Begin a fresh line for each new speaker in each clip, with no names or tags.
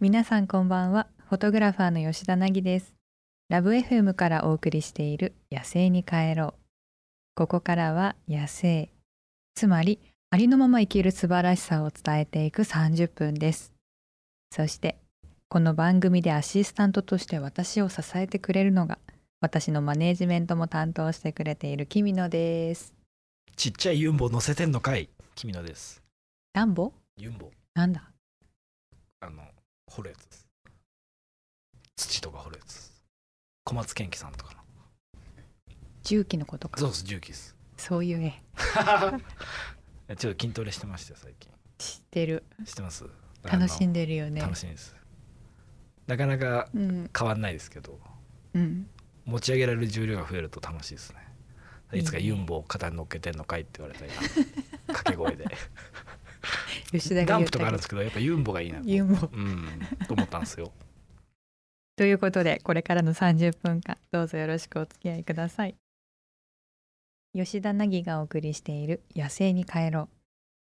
皆さんこんばんはフォトグラファーの吉田凪ですラブ FM からお送りしている野生に帰ろうここからは野生つまりありのまま生きる素晴らしさを伝えていく30分ですそしてこの番組でアシスタントとして私を支えてくれるのが私のマネージメントも担当してくれているキミノです
ちっちゃいユンボ乗せてんのかい君のです
ダンボ
ユンボ
なんだ
あの掘るやつです土とか掘るやつです小松健貴さんとかの
重機のことか
ゾウス重機です
そういう絵
ちょっと筋トレしてましたよ最近
知ってる
してます
楽し
ん
んでるよね
楽しいですなかなか
うん
変わんないですけど
うん
持ち上げられる重量が増えると楽しいですねいつか
いいね
ユンボを肩に乗っけてんのかいって言 われたり掛け声で
吉田が
ダン
言っ
プとかあ
たけ
るんで
ど
すけどやっぱユンボがいいなと
ユンボ
うんと思ったんですよ
ということでこれからの30分間どうぞよろしくお付き合いください吉田凪がお送りしている「野生に帰ろう」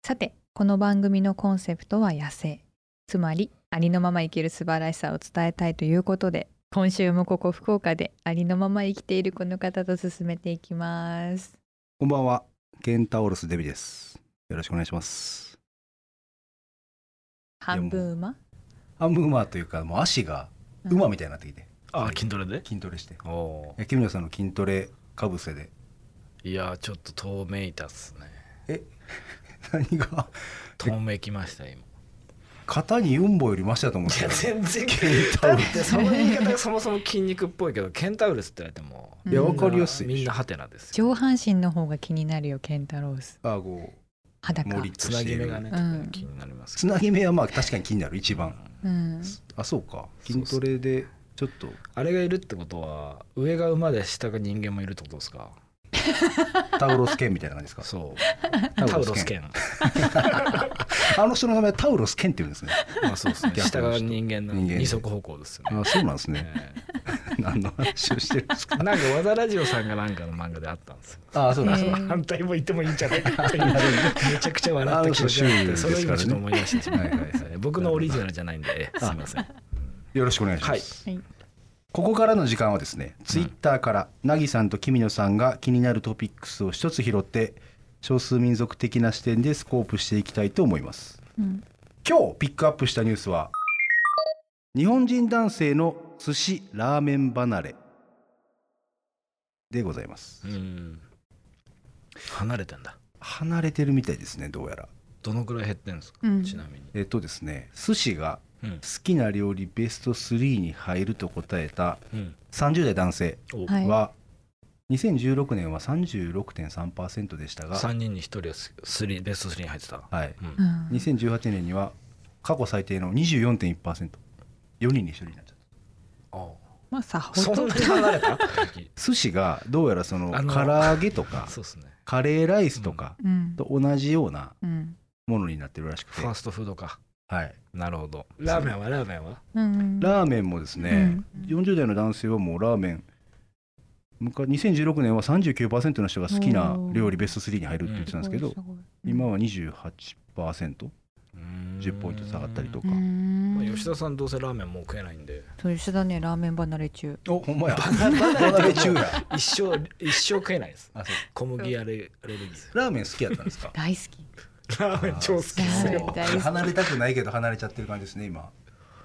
さてこの番組のコンセプトは「野生」つまりありのまま生きる素晴らしさを伝えたいということで今週もここ福岡でありのまま生きているこの方と進めていきます
こんばんは、ケンタウロスデビです。よろしくお願いします。
半分馬
半分馬というか、もう足が馬みたいになってきて、
あ筋トレで
筋トレして。
おお
え、キムニョさんの筋トレかぶせで、
いやーちょっと遠目いたっすね
何が
遠目来ました今
肩にユンボよりマシだと思ってた。
全 然
タ
だ
ウ
っ
ル
てその言い方がそもそも筋肉っぽいけどケンタウルスって言われても
いやわか
りやすいでしょ
みんなハテナですよ
上半身の方が気になるよケンタロース
あ、こ
裸
森
つなぎ目がね、
うん
気になりま
う、
す
つなぎ目はまあ確かに気になる、一番。
うん
あ、そうか。
そう
筋
そう
トレで、ちょっと、
あれがいるってことは上が馬で下が人間もいるってことですか
タウロス剣みたいな感じです
そうタウロス
ケン
剣
か。あの人の名前、タウロス剣って言うんですね。
まあそうですね
逆の
下が
人
人間の
人間で
二足歩行ですよね
あ、そうなんですね。
え
何の話をしてるんですか。
えなんか和田ラジオさんがなんかの漫画であったんですよ
あ、そうなんです
へ
ね。
ー
反対も言ってもいいんじゃないかっていうめちゃくちゃ笑った記憶があってそれを今ちょっと思い出してしまいましたね僕のオリジナルじゃないんでええすいません
よろしくお願いします。
はい
はい
ここからの時間はですね、ツイッターから、なぎさんときみのさんが気になるトピックスを一つ拾って、少数民族的な視点でスコープしていきたいと思います。
うん
今日ピックアップしたニュースは、日本人男性の寿司ラーメン離れでございます
う。ん離れてんだ
離れてるみたいですね、どうやら。
どのくらい減ってんですか、
うん
ちなみに、
えっとですね、寿司が
うん
好きな料理ベスト3に入ると答えた
うん
30代男性
お
はい
は、2016年は36.3%でしたが、
3人に1人はススリーベスト3に入ってた、
はい、
うん
うん
2018年には過去最低の 24.1%4 人に1人になっちゃっ
あ
まあさほ
そ
ど
んなに離れた
た寿司がどうやらその
あの
唐揚げとか
そうですね
カレーライスとか
うん
と同じような
うん
ものになってるらしく
フ
て、
ァーストフードか
はい、
なるほどラーメンはラーメンは
うん
ラーメンもですね、
う
40代の男性はもうラーメン昔2016年は39%の人が好きな料理ベスト3に入るって言ってたんですけど、
すごいすごい
今は28%10ポイント下がったりとか、
まあ、吉田さんどうせラーメンもう食えないんで
そう吉田ねラーメン離れ中
おほんまや離れ中 や
一生一生食えないです
あそう
小麦アレアレルギ
ラーメン好きやったんですか
大好き
ーラーメン超好きです
ラーメン
よ
大好き
離れたくないけど離れちゃってる感じですね今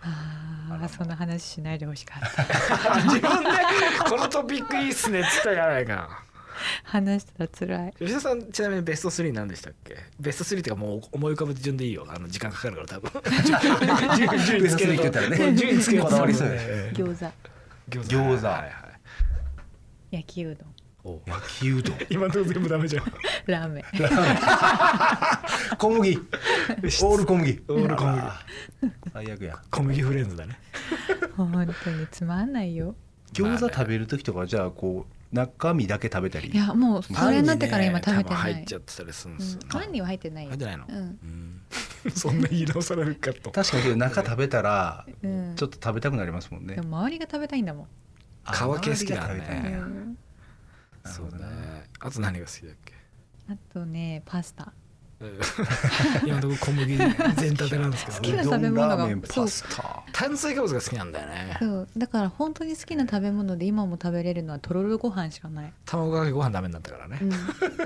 あ
あ
あ
ら
そんな話しないでほしか った
自分でこのトピックいいっすねっつったじゃないか
話したら辛い
吉田さんちなみにベスト3何でしたっけベスト3っていうかもう思い浮かべて順でいいよあの時間かかるから多分 順順位つけると
ベスト3って言ったらね
もう順位つけると
こだわりそうや
ね
餃子
餃
餃子
はいはい
焼きうどん
お
焼きうどん
今のとこ全部ダメじゃん
ラーメン
小 麦オール小麦
オール小麦
あら最悪や
小麦フレンズだね
本当につまんないよ
餃子食べる時とかじゃあこう中身だけ食べたり
いやもうそれになってから今食べてな
パンにね多分入
い
っちゃってたりするん
う
です
ん
よね
パンには入ってないよ
入ってないの
うん
うん そんな言い直されるかと
確かにけど中食べたら
うん
ちょっと食べたくなりますもんね
でも周りが食べたいんだもん
あ
皮系好きだね
周りが食べ
う
たい
ん
なる
そ
ほ
う
ど
ね
ね
あと何が好きだっけ
あとねパスタ
今のところ小麦全立てなんですけど、
好きな食べ物が
うどんラーメン
そう
パスタ
炭水化物が好きなんだよね
そうだから本当に好きな食べ物で今も食べれるのはとろろご飯しかない、
卵かけご飯ダメになったからね
うん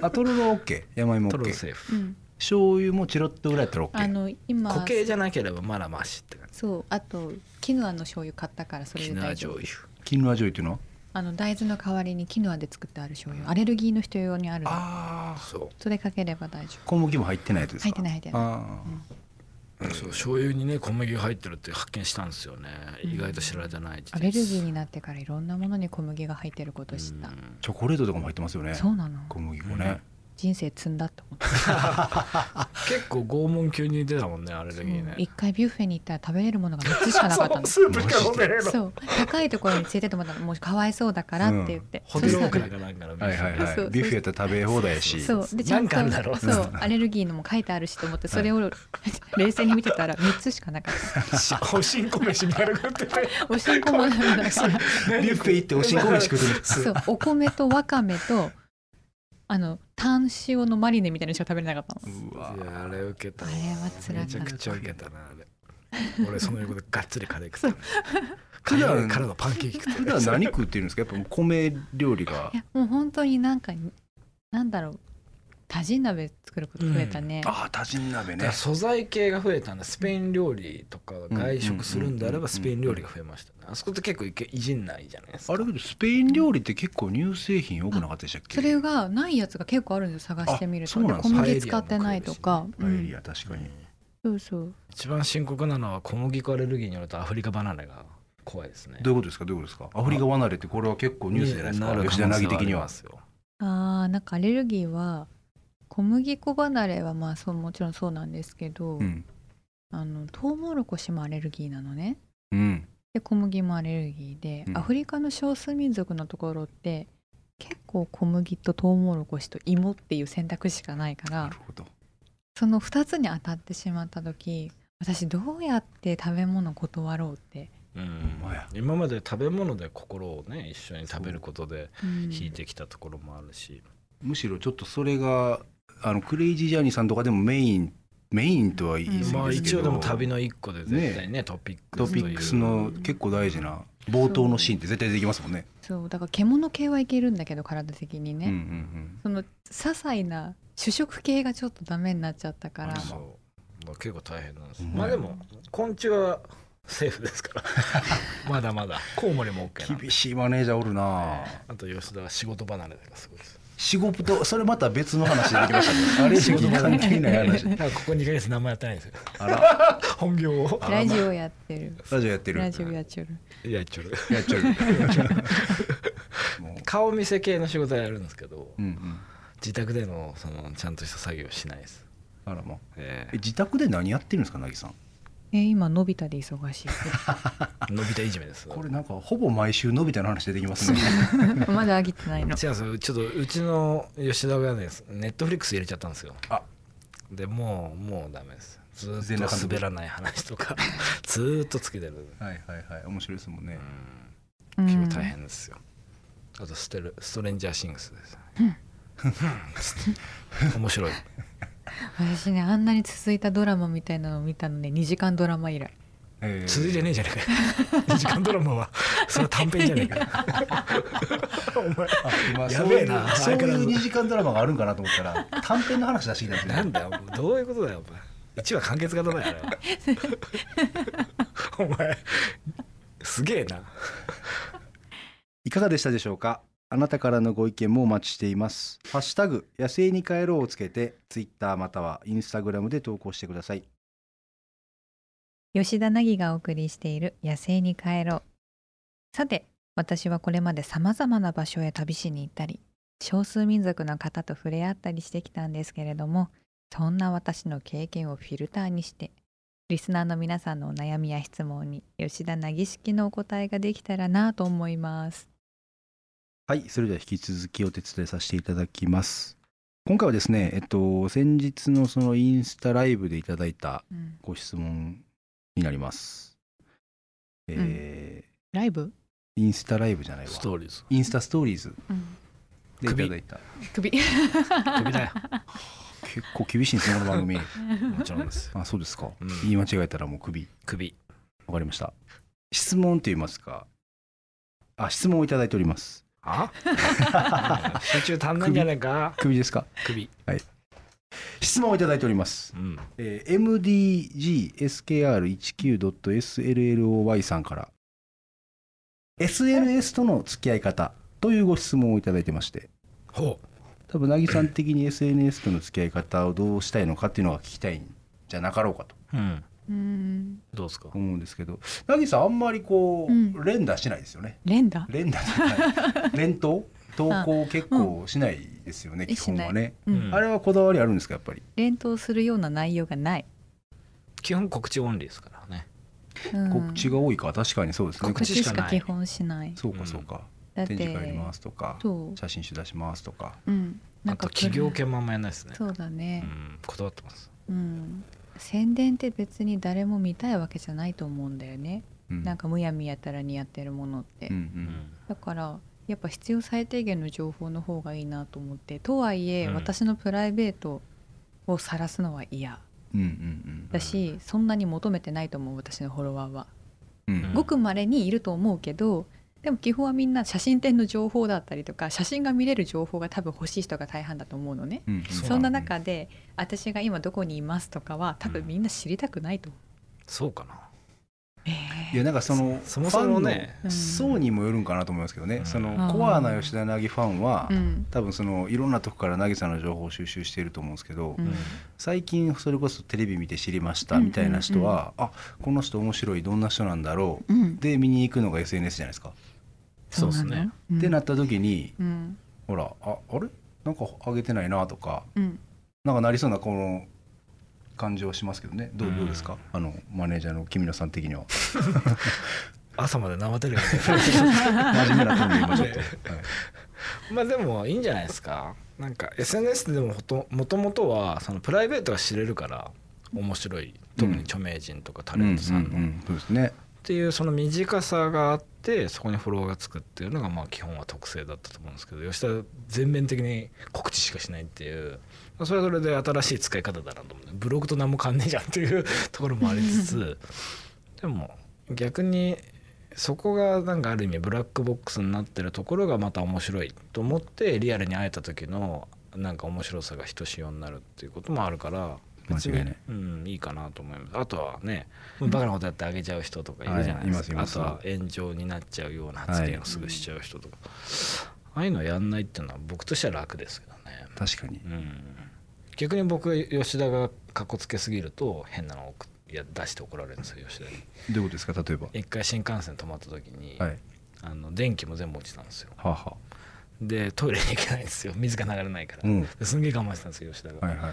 あとろろ OK 山芋
トロ
OK
セー
う
フ
ん、
醤油もチロッとぐらいやったら OK
あの今
固形じゃなければまだマシって感じ
そうあとキヌアの醤油買ったからそれ
キ
で
ナー
大丈
醤
夫
油
キヌア醤油っていうのは
あの大豆の代わりにキヌアで作ってある醤油アレルギーの人用にあるの
ああ
そ
それかければ大丈
小麦も入ってないやつですか
入ってない入ってない
あ
うそう醤油にね小麦が入ってるって発見したんですよね意外と知られてない
夫アレルギーになってからいろんなものに小麦が入ってることを知った、
ーチョコレートとかも入ってますよね
そうなの
小麦粉ね
人生積んだと思って
結構拷問級に出たもんねアレルギーね
一回ビュッフェに行ったら食べれるものが3つしかなか ったの
そうスープしか飲んでねえの
そう高いところに連れてってもらったらもうかわいそうだからって言って、
ホテルオーク
そ
なんかなんかのビュ
は
ッ
い
フェ
はいは
そう
いビュッフェやったら食べ放題やし
したらそうでちゃんと
なんかあんだろう
そうアレルギーのも書いてあるしと思ってそれを冷静に見てたら3つしかなかっ
おしんこ飯みたいなの食ってて
たおしんこもなんだから
ビュッフェ行っておしんこ飯 食うてる
そうお米とわかめとあの炭塩のマリネみたいなのしか食べれなかったの
うわ
いやあれ受けた
あれは辛か
め
っ
ち
た
ゃくちゃ受けたなあ れ俺その横でがっつりカレー食ったカ
普
レ
段
ーからのパンケーキ食って
普段何食ってるんですかやっぱもう米料理が
いやもう本当になんかなんだろうタジン鍋作ること増えたね、
ああ多人鍋
だか
ね
ら素材系が増えたんでスペイン料理とか
ん
外食するんであれ
うんうんうんうん
ばスペイン料理が増えましたねあそこって結構いけいじんないじゃないですか
あれけどスペイン料理って結構乳製品多くなかったでしたっけ
それがないやつが結構あるんですよ探してみる
あ
と
そう
で
なんです
小麦使ってないとか、う
パエリ
ん、
ア確かに
そうそう
一番深刻なのは小麦粉アレルギーによるとアフリカ離れが怖いですね
どういうことですかどういうことですかアフリカ離れってこれは結構ニュースじゃないで
に
すか
る可能
吉
性
田凪的
あり
に
ま
は
すよ
あーなんかアレルギーは小麦粉離れはまあそうもちろんそうなんですけど、
うん
あのトウモロコシもアレルギーなのね
うん
で小麦もアレルギーで、
うん
アフリカの少数民族のところって結構小麦とトウモロコシと芋っていう選択しかないか
な
ら
るほど
その2つに当たってしまった時私どうやって食べ物断ろうって、
うん
ほんまや
今まで食べ物で心をね一緒に食べることで
うん
引いてきたところもあるし
むしろちょっとそれがあのクレイジージャーニーさんとかでもメインメインとは言い過ぎですけど、
まあ一応でも旅の一個で絶対ねトピック
ト
ス
ピ
とい
ッ
う
クスの結構大事な冒頭のシーンって絶対できますもんね。
そうだから獣系はいけるんだけど体的に
うんう
ね、
ん
その些細な主食系がちょっとダメになっちゃったから
そうまあ結構大変なんです
うん
まあでも昆虫はセーフです からまだまだコウモリも OK
う、
なんんで
厳しいマネージャーおるな
あと吉田は仕事離れがすごいです
仕事とそれまた別の話でできました ねあれ仕事関係ない話
なんかここ2ヶ月何もやってないんですよ
あら
本業を
ラジオやってる
ラジオやってる
ラジオやっちゃる
いやちょっと
やっちゃうも
顔見せ系の仕事はやるんですけど
う、うんうん、
自宅でのそのちゃんとした作業しないです
あらまあ
え
え自宅で何やってるんですかなぎさん
え今のび太で忙しい
え伸びたいじめです
これなんかほぼ毎週のび太の話出てきま すね
まだ飽きてないの
違うんですよちょっとうちの吉田がねネットフリックス入れちゃったんですよ
あ
でもうもうダメですず
全
ー
裸
っと
監督
滑らない話とか ずーっとつけてる、
はいはいはい面白いですもんね
うん
結構大変ですよあとステルストレンジャーシングスです、面白い
私ねあんなに続いたドラマみたいなのを見たのね2時間ドラマ以来
えー
続いて ねえじゃねえかよ 2時間ドラマはそれは短編じゃねえかよ
あ今
や
そう
べ
い
えな
うそう
相変わら
いう
ず
2時間ドラマがあるんかなと思った ら短編の話出してきたんです
お前な
ね
んだよどういうことだよお前一話完結型だよ あれお前すげえない
かがでしたでしょうかあなたからのご意見もお待ちしています。ハッシュタグ野生に帰ろうをつけて、ツイッターまたはインスタグラムで投稿してください。
吉田凪がお送りしている「野生に帰ろう」さて私はこれまでさまざまな場所へ旅しに行ったり少数民族の方と触れ合ったりしてきたんですけれどもそんな私の経験をフィルターにしてリスナーの皆さんのお悩みや質問に吉田凪式のお答えができたらなと思います。
はい、それでは引き続きお手伝いさせていただきます。今回はですね、えっと、先日のそのインスタライブでいただいたご質問になります。え
ライブ、
ーインスタライブじゃないわ。
ストーリーズ
インスタストーリーズでいただいた。
首
首だよ
結構厳しいんですねこの番組
もちろんです。
あそうですか、
うん
言い間違えたらもう首
首。
わかりました質問と言いますかあ質問をいただいております
あうん 集中足んないんじゃないか
首です か
首。
質問をいただいております
うん。
えー mdgskr19.slloy さんから SNS との付き合い方というご質問をいただいてまして
ほ
多分なぎさん的に SNS との付き合い方をどうしたいのかっていうのが聞きたいんじゃなかろうかと
う。うん。
うん
どうですか。
思うんですけどなぎさんあんまりこう、
うん
連打しないですよね
連打
連打じゃ ない連投投稿結構しないですよね、
うん
基本はね、
うん
うん
あれはこだわりあるんですかやっぱり
連投するような内容がない、
基本告知オンリーですからね。
うん
告知が多いか確かにそうですね
告
告
知
知
し
しか
か
ない
基本しない
そうかそうか、
だって
展示会やりますとか
そう
写真集出しますとか
うん
あと企業系
も
もあんまやんないですね。
そうだ
う
ね、
ん。断ってます。
うん、宣伝って別に誰も見たいわけじゃないと思うんだよね、
うん
なんかむやみやたらにやってるものって、
うんう
うんん。
だからやっぱ必要最低限の情報の方がいいなと思ってとはいえ、
うん
私のプライベートを晒すのは嫌
うんうん
だし、そんなに求めてないと思う私のフォロワーは、
うんうん
うん
ごくまれにいると思うけどでも基本はみんな写真展の情報だったりとか写真が見れる情報が多分欲しい人が大半だと思うのね、
うん
そう
そんな
う
中で私が今どこにいますとかは多分みんな知りたくないと思う、
そうかな。
え
いやなんかその
そもそもね
ファンの層にもよるんかなと思いますけどね、
うん
そ
あ
の
ー
コアな吉田凪ファンは、
えうん
多分そのいろんなとこから凪さんの情報を収集していると思うんですけど、
うん
最近それこそテレビ見て知りまし
う
た
ん
みたいな人は、あこの人面白いどんな人なんだろ
うん、
うで見に行くのが SNS じゃないですか。
そうですね。
うん
ってなった時に
うん
ほらああれなんか上げてないなとか
うん
なんかなりそうなこの感じはしますけどねどうどうですか、あのマネージャーの君野さん的 には
朝まで生テレビで。
真面目な感じ今ちょっと、 はい
まあでもいいんじゃないですかなんか SNS でもほともともとはそのプライベートが知れるから面白い特に著名人とかタレントさんの、
うんうんうんそうですね
っていうその短さがあってそこにフォロワーがつくっていうのがまあ基本は特性だったと思うんですけど吉田は全面的に告知しかしないっていうそれはそれで新しい使い方だなと思うブログと何も変わんねえじゃんっていうところもありつ つでも逆にそこがなんかある意味ブラックボックスになってるところがまた面白いと思ってリアルに会えた時のなんか面白さがひとしおになるっていうこともあるから別に
間違いない
うん、いいかなと思いますあとはねバカなことやってあげちゃう人とかいるじゃないですか、
はいいま
あ
す
と
います
は炎上になっちゃうような発言をすぐしちゃう人とか、ああいうのやんないっていうのは僕としては楽ですけどね、
確かに
うん、逆に僕吉田がかっこつけすぎると変なのをいや出して怒られるんですよ吉田に
どういうことですか例えば
一回新幹線止まった時に、
はい
あの電気も全部落ちたんですよ
はあは
でトイレに行けないんですよ水が流れないから、
うん
ですんげえ我慢したんですよ吉田が、
あはいはい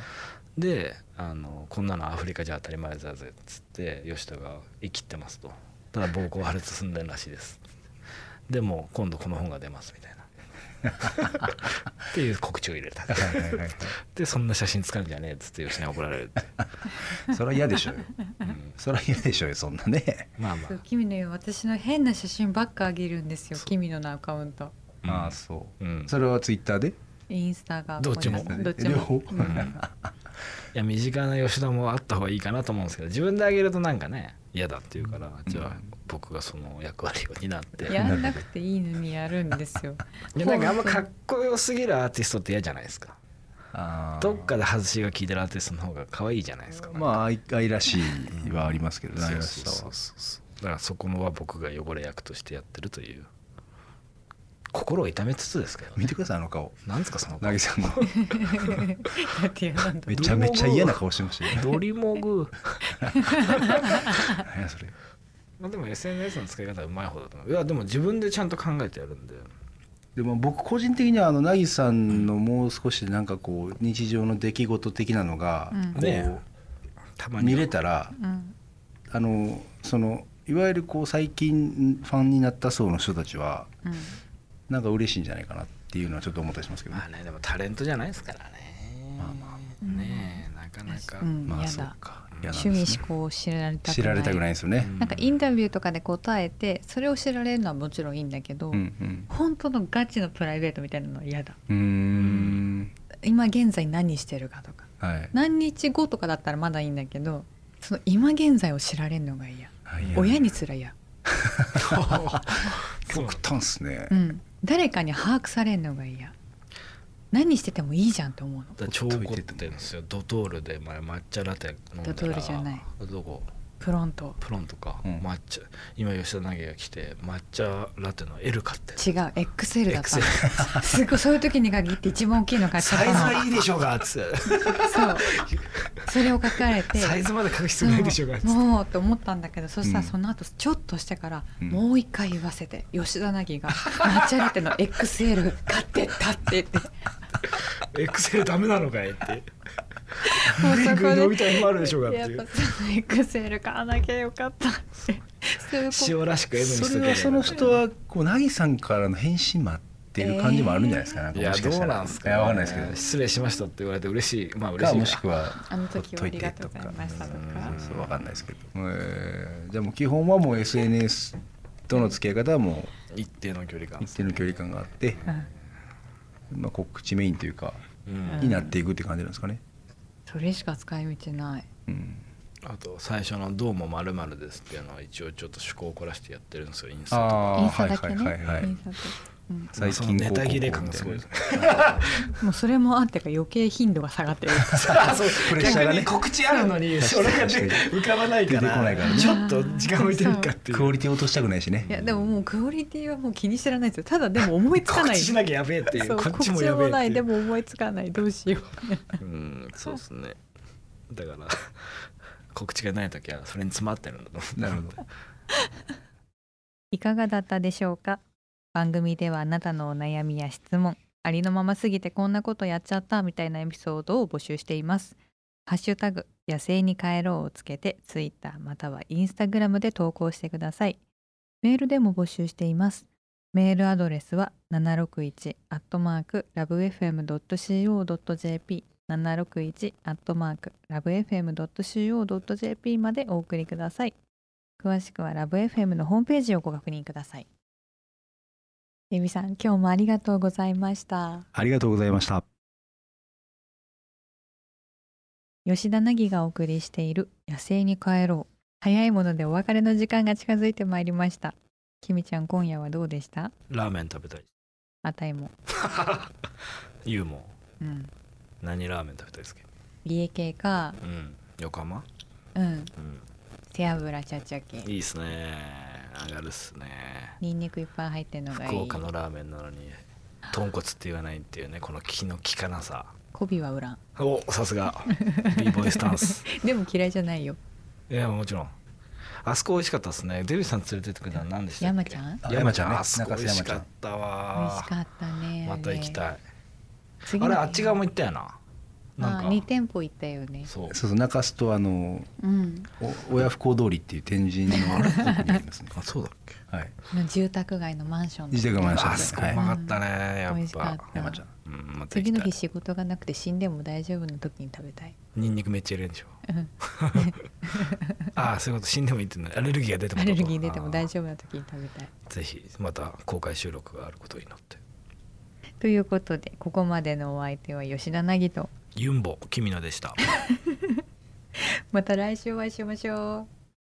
であの「こんなのアフリカじゃ当たり前だぜ」っつって吉田が「生きってます」と「ただ暴行破裂寸前らしいです」でも今度この本が出ますみたいなっていう告知を入れた
はいはいはい
でそんな写真使うんじゃねえっつって吉田に怒られるって、
それは嫌でしょうよ
うん
それは嫌でしょうよそんなね、
まあま
そう君の私の変な写真ばっかあげるんですよ
そう
君ののアカウント
あ、
ああ
そ、
そう
ん、
うそれはツイッターで
インスタが
どっちも
ごめんなさいど
両
っち
方
も、うん
うんいや身近な吉田もあった方がいいかなと思うんですけど自分であげるとなんかね嫌だっていうからじゃあ僕がその役割を担って
やんなくていいのにやるんですよ
いやなんかあんまかっこよすぎるアーティストって嫌じゃないですか
あー
どっかで外しが効いてるアーティストの方が可愛いじゃないですか
まあ愛愛らしいはありますけどね
そ
愛
う
ら
そ
し
うそ
さ
う
は
そうだからそこもは僕が汚れ役としてやってるという心を痛めつつですけど
見
ね
てくださいあの顔
なんですかその
なぎさん の
だってやなんだ
めちゃめちゃ嫌な顔してましたよ
ドリモグ
何やそれ
まあでも SNS の使い方はうまい方だと思ういやでも自分でちゃんと考えてやるんで
でも僕個人的にはあのなぎさんのもう少しなんかこう日常の出来事的なのが
うん
こ
ね
う
たまに
見れたら
うん
あのそのいわゆるこう最近ファンになった層の人たちは
うん
なんか嬉しいんじゃないかなっていうのはちょっと思ったりしますけどね
まあねでもタレントじゃないですからね
まあま
あ
ねえなかなか、
うん
まあ
や
そう
だ
か嫌なん
趣
で
味
す
思考を知られたくない
知られたくないんですよね
なんかインタビューとかで答えてそれを知られるのはもちろんいいんだけど、
うん
本当のガチのプライベートみたいなのは嫌だ
うんうーん
今現在何してるかとか、
はい
何日後とかだったらまだいいんだけどその今現在を知られるのが嫌
はいや
親にすら嫌、
極端っすね
う。ん、誰かに把握されるのが嫌何しててもいいじゃんって思うの
だ超怒ってんですよドトールで前抹茶ラテ飲んだ
ド
ら
トールじゃない
どこ
プロント
プロンとか、
うん
抹茶今吉田凪が来て抹茶ラテの L 買って
違う XL だったのすごいそういう時に限って一番大きいの買っちゃっ
サイ
た
ズ
の
はいいでしょうがっつって
そう それを書かれて
サイズまで書く必要ないでしょうがっつって
そうもうと思ったんだけどそしたら
うん
その後ちょっとしてから、
うん
もう一回言わせて吉田凪が「抹茶ラテの XL 買ってった」って言って
エクセルダメなのかいって
もう
グイ
そ
グイ伸
こ
び
で。
たいもあるでしょうがって
やっ
い
ぱ
う
その XL 買わなきゃよかったってそういうこと
塩らしく M にしと
そ
けば
れ
い
はいその人はこうなぎさんからの返信待ってる感じもあるんじゃないですか。なんか
い
も
や
しか
ど
し
う
たら
なんですか、
いやわかんないですけど。
失礼しましたって言われて嬉しいまあ嬉
か
しい
もしくは
あの時は
ほ
あ
っとい
り
て
がとうございましたとか
うん
そうわかんないですけど、えー、じゃあもう基本はもう SNS との付き合い方はも
一定の距離
う
感
一定の距離感があって、
うん
まあ、告知メインというか
うん
になっていくって感じなんですかね、
それしか使い道ない
うん、
あと最初の「どうもまるまるです」っていうのは一応ちょっと趣向を凝らしてやってるんですよインスタとか
あー
インスタだけね、
はいはいはいはい
インスタとうん
最
その
近
ネタ切れ感がすごいですね
もうそれもあってか余計頻度が下がってる
そう
プレッシャーがね
逆に告知あるのにそれがね
確か
浮かばないから
出てこないからね
ちょっと時間置いてみっかっていう
クオリティ落としたくないしね
いやでももうクオリティはもう気にしてらないですよただでも思いつか
告
ない
知しなきゃやべえってい
そうう
こっ
告
ち
知
もやべえ
も
って
ないいうでも思いつかないどうしよう
うんそうですねだから告知がない時はそれに詰まってるんだと思う
なるほど
いかがだったでしょうか番組ではあなたのお悩みや質問ありのまますぎてこんなことやっちゃったみたいなエピソードを募集していますハッシュタグ野生に帰ろうをつけてツイッターまたはインスタグラムで投稿してくださいメールでも募集していますメールアドレスは761アットマークラブ FM.co.jp 761アットマークラブ FM.co.jp までお送りください詳しくはラブ FM のホームページをご確認くださいエビさん今日もありがとうございました
ありがとうございました
吉田凪がお送りしている野生に帰ろう早いものでお別れの時間が近づいてまいりましたきみちゃん今夜はどうでした
ラーメン食べたい
あたいも
ユーモ
うん
ア何ラーメン食べたいですか
家系か
うん横浜
うん
うん
背脂チャチャ
い
系
いっすね上がるっすね
ニンニクいっぱい入ってるのがい
福
い
岡のラーメンなのに豚骨って言わないっていうねこの気の利かなさ
コビは売らん
おさすが b ボイスタンス
でも嫌いじゃないよ
いやもちろんあそこ美味しかったですねデビューさん連れてってくれたの何でしたっ
山
け
ちゃん美
あ
山ちゃん
山ちゃんね
あそこ美味しかったわ
味しかったね
また行き
い
たい
次
あ
の
れ
日
あっち側も行ったよななん
あ
か
二店舗行ったよね
そう
そうそう中洲とあの
うん
お親不孝通りっていう天神の奥にありま すね
あそうだっけ
はい
の住宅街のマンションの
自宅マンション
あ
で
そ
す
こ
は
う
い
まかったねや
美
っ
味しかっ
ぱ
た
山ちゃん
うんまた
次
行
の
き
日
たい
仕事がなくて死んでも大丈夫な時に食べ たい
ニンニクめっちゃ入れるんでしょ
うん
ああそういうこと死んでもいいってねアレルギーが出ても
アレルギー出ても大
夫
丈夫な時に食べたい
ぜひまた公開収録があることを祈って
ということでここまでのお相手は吉田凪と
ユンボ君のでした
また来週お会いしましょう